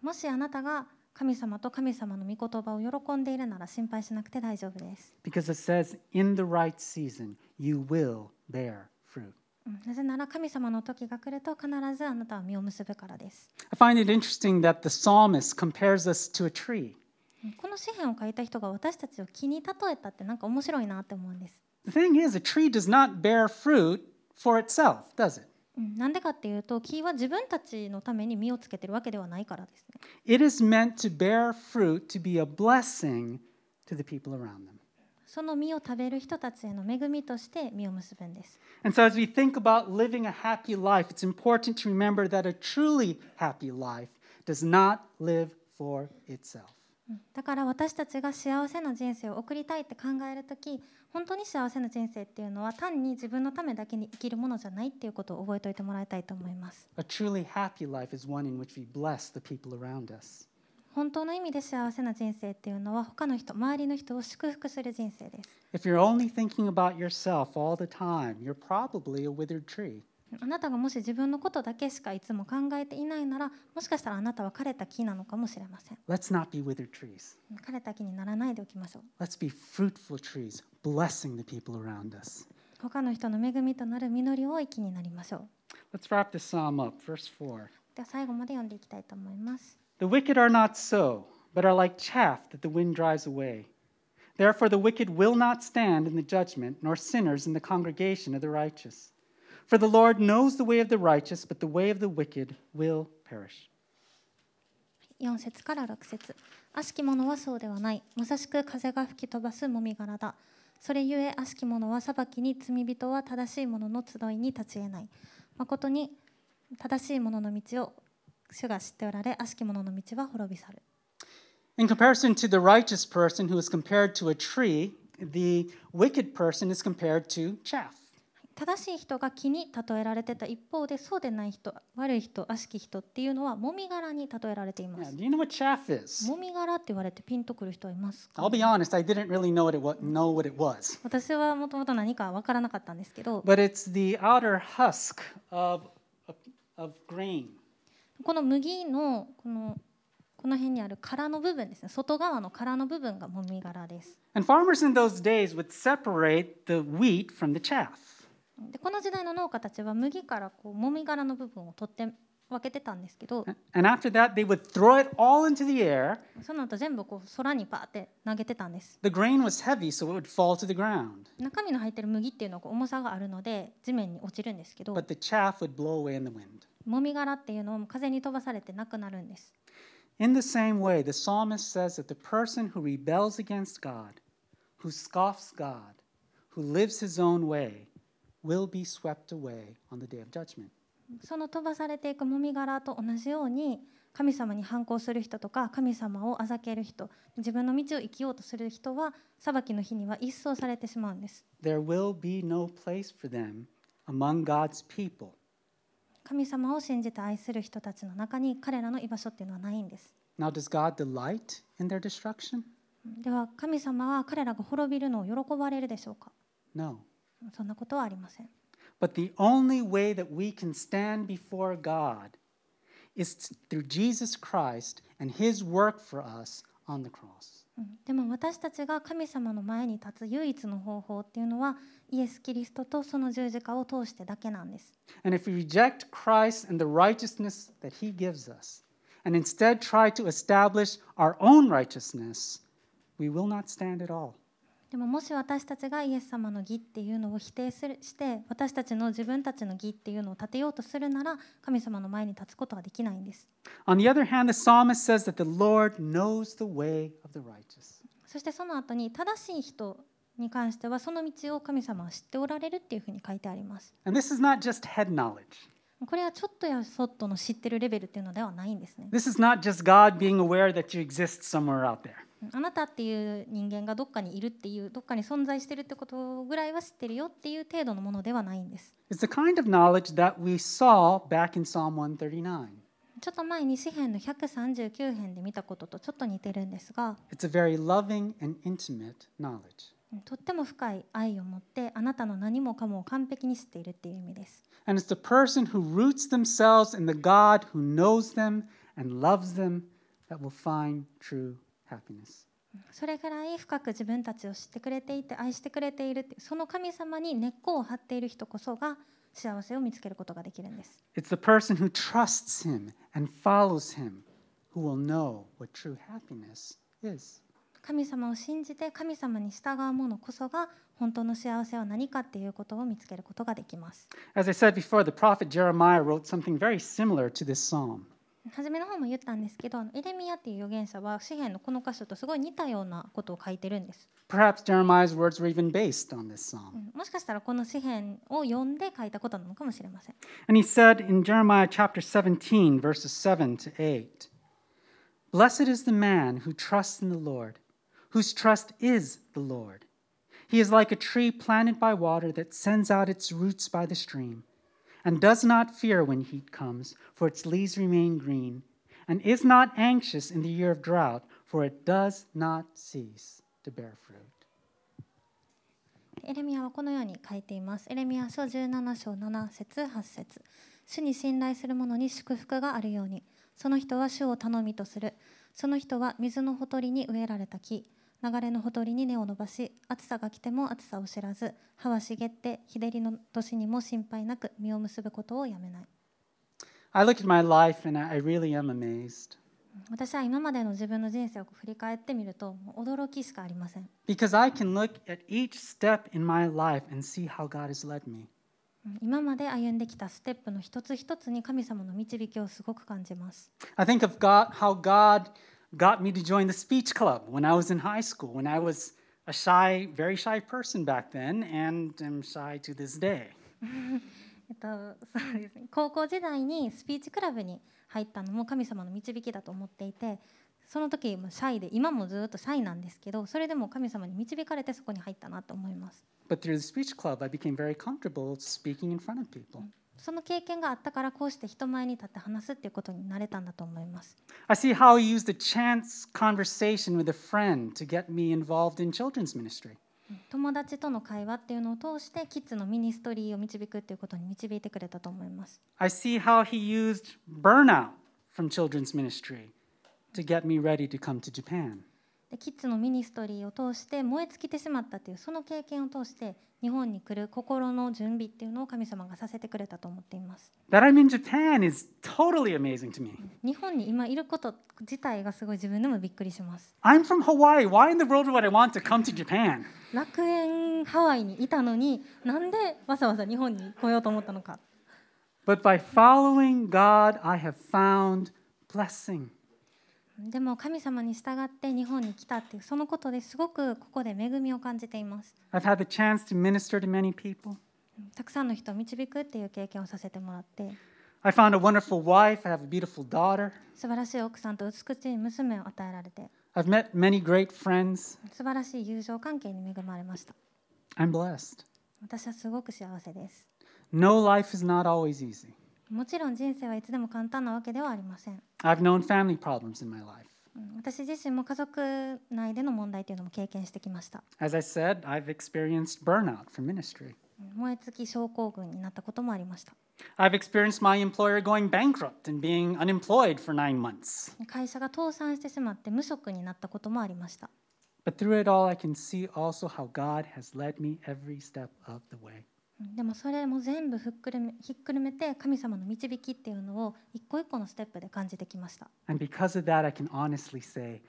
B: もしあなたが神様と神様の御言葉を喜んでいるなら心配しなくて大丈夫です
A: Because it says, in the right season, you will bear fruit.
B: うんなぜなら神様の時が来ると必ずあなたは実を結ぶからです
A: I find it interesting that the psalmist compares us to a tree.
B: うんこの詩篇を書いた人が私たちを木に例えたってなんか面白いなって思うんです
A: The thing is, a tree does not bear fruit for itself, does it?
B: うんなんでかっていうと木は自分たちのために実をつけてるわけではないからですね
A: It is meant to bear fruit to be a blessing to the people around them.
B: その実を食べる人たちへの恵みとして実を結ぶんです
A: And so, as we think about living a happy life, it's important to remember that a truly happy life does not live for itself.
B: うんだから私たちが幸せな人生を送りたいって考える時本当に幸せな人生っていうのは単に自分のためだけに生きるものじゃないっていうことを覚えておいてもらいたいと思います
A: A truly happy life is one in which we bless the people around us.
B: 本当の意味で幸せな人生っていうのは他の人周りの人を祝福する人生です
A: If you're only thinking about yourself all the time, you're probably a withered tree.
B: あなたがもし自分のことだけしかいつも考えていないならもしかしたらあなたは枯れた木なのかもしれません
A: Let's not be withered trees.
B: 枯れた木にならないでおきましょう
A: Let's be fruitful trees, blessing the people around us.
B: 他の人の恵みとなる実りを生きになりましょう
A: Let's wrap this psalm up, verse 4.
B: では最後まで読んでいきたいと思います
A: The wicked are not so, but are like chaff that the wind drives away. Therefore, the wicked will not stand in the judgment, nor sinners in the congregation of the righteous. For the Lord knows the way of the righteous, but the way of the wicked will perish.
B: 4節から6節悪しき者はそうではないまさしく風が吹き飛ばすもみ殻だそれゆえ悪しき者は裁きに罪人は正しい者の集いに立ち得ない誠に正しい者の道を主が知っておられ悪しき者の道は滅び去る
A: In comparison to the righteous person who is compared to a tree, the wicked person is compared to chaff.
B: 正しい人が木に例えられてた一方でそうでない人悪い人悪しき人っていうのはもみ殻に例えられていま
A: Now,
B: す
A: do you know what chaff is?
B: もみ殻って言われてピンとくる人はいますか
A: I'll be honest, I didn't really know what it, wa- know what it was.
B: 私はもともと何か分からなかったんですけど
A: But it's the outer husk of, of, of grain.
B: この麦のこのここの辺にある殻の部分ですね外側の殻の部分がもみ殻です
A: And farmers in those days would separate the wheat from the chaff.
B: でこの時代の農家たちは麦からこうもみ殻の部分を取って分けてたんですけど
A: And after that, they would throw it all into the air.
B: その後全部こう空にパーって投げてたんです
A: The grain was heavy, so it would fall to the ground.
B: 中身の入ってる麦っていうのはこう重さがあるので地面に落ちるんですけど
A: But the chaff would blow away in the wind.
B: もみ殻っていうのを風に飛ばされてなくなるんです
A: In the same way, the psalmist says that the person who rebels against God, who scoffs God, who lives his own way, will be swept away on the day of judgment.
B: その飛ばされていくもみ殻と同じように神様に反抗する人とか神様をあざける人自分の道を生きようとする人は裁きの日には一掃されてしまうんです
A: There will be no place for them among God's people.
B: 神様を信じて愛する人たちの中に彼らの居場所っていうのはないんです
A: Now, does God delight in their destruction?
B: では神様は彼らが滅びるのを喜ばれるでしょうか
A: No.
B: そんなことはありません
A: But the only way that we can stand before God is t- through Jesus Christ and his work for us on the cross.
B: うんでも私たちが神様の前に立つ唯一の方法っていうのはイエス・キリストとその十字架を通してだけなんです
A: And if we reject Christ and the righteousness that he gives us, and instead try to establish our own righteousness, we will not stand at all.
B: でももし私たちがイエス様の義っていうのを否定するして私たちの自分たちの義っていうのを立てようとするなら神様の前に立つことはできないんです
A: On the other hand, the psalmist says that the Lord knows the way of the righteous.
B: そしてその後に正しい人に関してはその道を神様は知っておられるっていうふうに書いてあります
A: And this is not just head knowledge.
B: これはちょっとやそっとの知ってるレベルっていうのではないんですね
A: This is not just God being aware that you exist somewhere out there.
B: あなたっていう人間がどっかにいるっていうどっかに存在してるってことぐらいは知ってるよっていう程度のものではないんです
A: It's the kind of knowledge that we saw back in Psalm 139.
B: ちょっと前に詩篇の139編で見たこととちょっと似てるんですが
A: It's a very loving and intimate knowledge.
B: とっても深い愛を持ってあなたの何もかもを完璧に知っているっていう意味です
A: And it's the person who roots themselves in the God who knows them and loves them that will find true happiness.
B: それぐらい深く自分たちを知ってくれていて愛してくれているってその神様に根っこを張っている人こそが幸せを見つけることができるんです
A: It's the person who trusts him and follows him who will know what true happiness is.
B: 神様を信じて神様に従う者こそが本当の幸せは何かっていうことを見つけることができます
A: As I said before, the prophet Jeremiah wrote something very similar to this psalm.
B: 初めの方も言ったんですけどあのエレミアっていう預言者は詩篇のこの箇所とすごい似たようなことを書いてるんです、
A: Perhaps Jeremiah's words were even based on this psalm.
B: うんもしかしたらこの詩篇を読んで書いたことなのかもしれません
A: And he said in Jeremiah chapter 17, verses 7 to 8 Blessed is the man who trusts in the Lord, whose trust is the Lord. He is like a tree planted by water that sends out its roots by the stream, and does not fear when heat comes, for its leaves remain green, and is not anxious in the year of drought, for it does not cease to bear fruit.
B: エレミアはこのように書いています。エレミア書17章7節8節主に信頼する者に祝福があるように、その人は主を頼みとする。その人は水のほとりに植えられた木、流れのほとりに根を伸ばし、暑さが来ても暑さを知らず、葉は茂って、日照りの年にも心配なく、実を結ぶことをやめない。
A: I look at my life and I I really am amazed
B: 私は今までの自分の人生を振り返ってみると、もう驚きしかありません。
A: Because I can look at each step in my life and see how God has led me.
B: 今まで歩んできたステップの一つ一つに神様の導きをすごく感じます。
A: I think of God, how God got me to join the speech club when I was in high school, when I was a shy, very shy person back then, and am shy to this day.
B: えっと、 そうですね高校時代にスピーチクラブに入ったのも神様の導きだと思っていてその時もシャイで今もずっとシャイなんですけどそれでも神様に導かれてそこに入ったなと思います
A: But through the speech club, I became very comfortable speaking in front of people.
B: その経験があったからこうして人前に立って話すっていうことになれたんだと思います
A: I see how He used a chance conversation with a friend to get me involved in children's ministry.
B: 友達との会話っていうのを通してキッズのミニストリーを導くっていうことに導いてくれたと思います
A: I see how He used burnout from children's ministry to get me ready to come to Japan.
B: でキッズのミニストリーを通して燃え尽きてしまったというその経験を通して日本に来る心の準備っていうのを神様がさせてくれたと思っています
A: That I'm in Japan is totally amazing to me.
B: 日本に今いること自体がすごい自分でもびっくりします
A: I'm from Hawaii. Why in the world would I want to come to Japan?
B: 楽園ハワイにいたのになんでわざわざ日本に来ようと思ったのか
A: But by following God, I have found blessing.
B: でも神様に従って日本に来たっていうそのことですごくここで恵みを感じています
A: I've had the chance to minister to many people.
B: たくさんの人を導くっていう経験をさせてもらって
A: I found a wonderful wife. I have a beautiful daughter.
B: 素晴らしい奥さんと美しい娘を与えられて
A: I've met many great friends.
B: 素晴らしい友情関係に恵まれました
A: I'm blessed.
B: 私はすごく幸せです
A: No life is not always easy.
B: もちろん人生はいつでも簡単なわけではありません
A: I've known family problems in my life.
B: うん私自身も家族内での問題というのも経験してきました
A: As I said, I've experienced burnout from ministry.
B: うん燃え尽き症候群になったこともありました
A: I've experienced my employer going bankrupt and being unemployed for nine months.
B: 会社が倒産してしまって無職になったこともありました
A: But through it all, I can see also how God has led me every step of the way.
B: うんでもそれも全部ふっくるめひっくるめて神様の導きっていうのを一個一個のステップで感じてきました
A: And because of that, I can honestly say,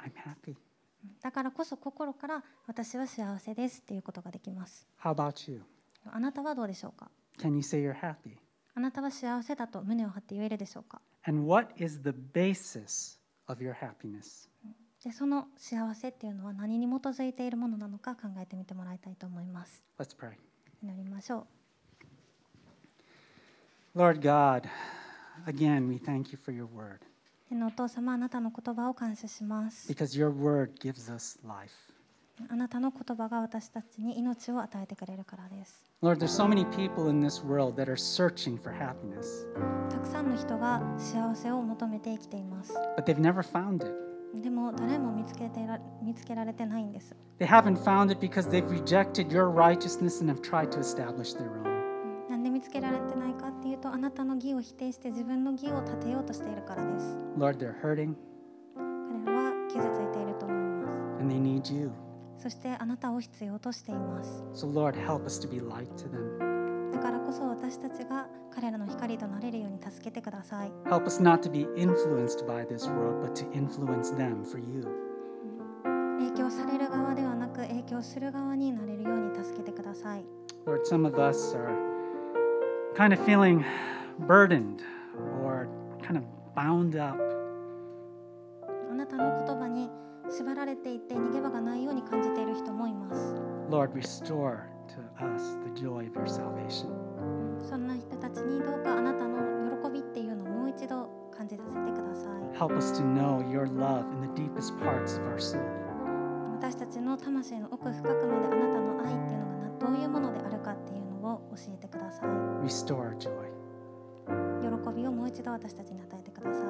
A: I'm happy.
B: うんだからこそ心から私は幸せですっていうことができます
A: How about you?
B: あなたはどうでしょうか
A: Can you say you're happy?
B: あなたは幸せだと胸を張って言えるでしょうか
A: And what is the basis of your happiness?
B: でその幸せっていうのは何に基づいているものなのか考えてみてもらいたいと思います
A: Let's pray.
B: 祈りましょう
A: Lord God, again, we thank you for your word
B: 天のお父様あなたの言葉を感謝します
A: because your word gives us life.
B: あなたの言葉が私たちに命を与えてくれるからです
A: Lord, there's so many people in this world that are searching for happiness,
B: たくさんの人が幸せを求めて生きています
A: but they've never found it.
B: でも誰も見つけてら見つけられてないんです
A: They haven't found it because they've rejected your righteousness and have tried to establish their own.
B: なんで見つけられてないかっていうとあなたの義を否定して自分の義を立てようとしているからです
A: Lord, they're hurting
B: 彼らは傷ついていると思いま
A: and they need you.
B: すそしてあなたを必要としています
A: So, Lord, help us to be light to them.
B: だからこそ私たちが彼らの光となれるように助けてください
A: Help us not to be influenced by this world, but to influence them for you.
B: 影響される側ではなく影響する側になれるように助けてください
A: Lord, some of us are kind of feeling burdened or kind of bound up.
B: あなたの言葉に縛られていて逃げ場がないように感じている人もいます
A: Lord, restore to us the joy of your salvation.
B: そんな人たちにどうかあなたの喜びっていうのをもう一度感じさせてください
A: Help us to know your love in the deepest parts of our soul.
B: 私たちの魂の奥深くまであなたの愛っていうのがなどういうものであるかっていうのを教えてください
A: Restore our joy.
B: 喜びをもう一度私たちに与えてください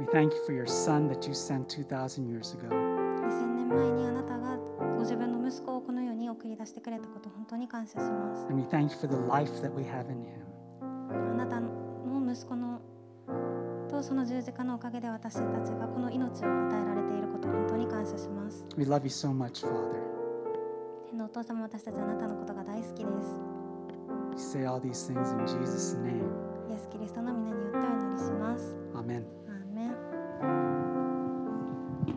A: We thank you for your son that you sent 2,000 years ago.
B: 2000年前にあなたがご自分の息子をこの世に送り出してくれたこと本当に感謝します
A: And we thank you for the life that we have in him.
B: あなたの息子のとその十字架のおかげで私たちがこの命を与えられていること本当に感謝します
A: We love you so much, Father.
B: 天のお父様私たちあなたのことが大好きです
A: We say all these things in Jesus' name.
B: イエス・キリストの皆によってお祈りします
A: Amen.
B: アーメン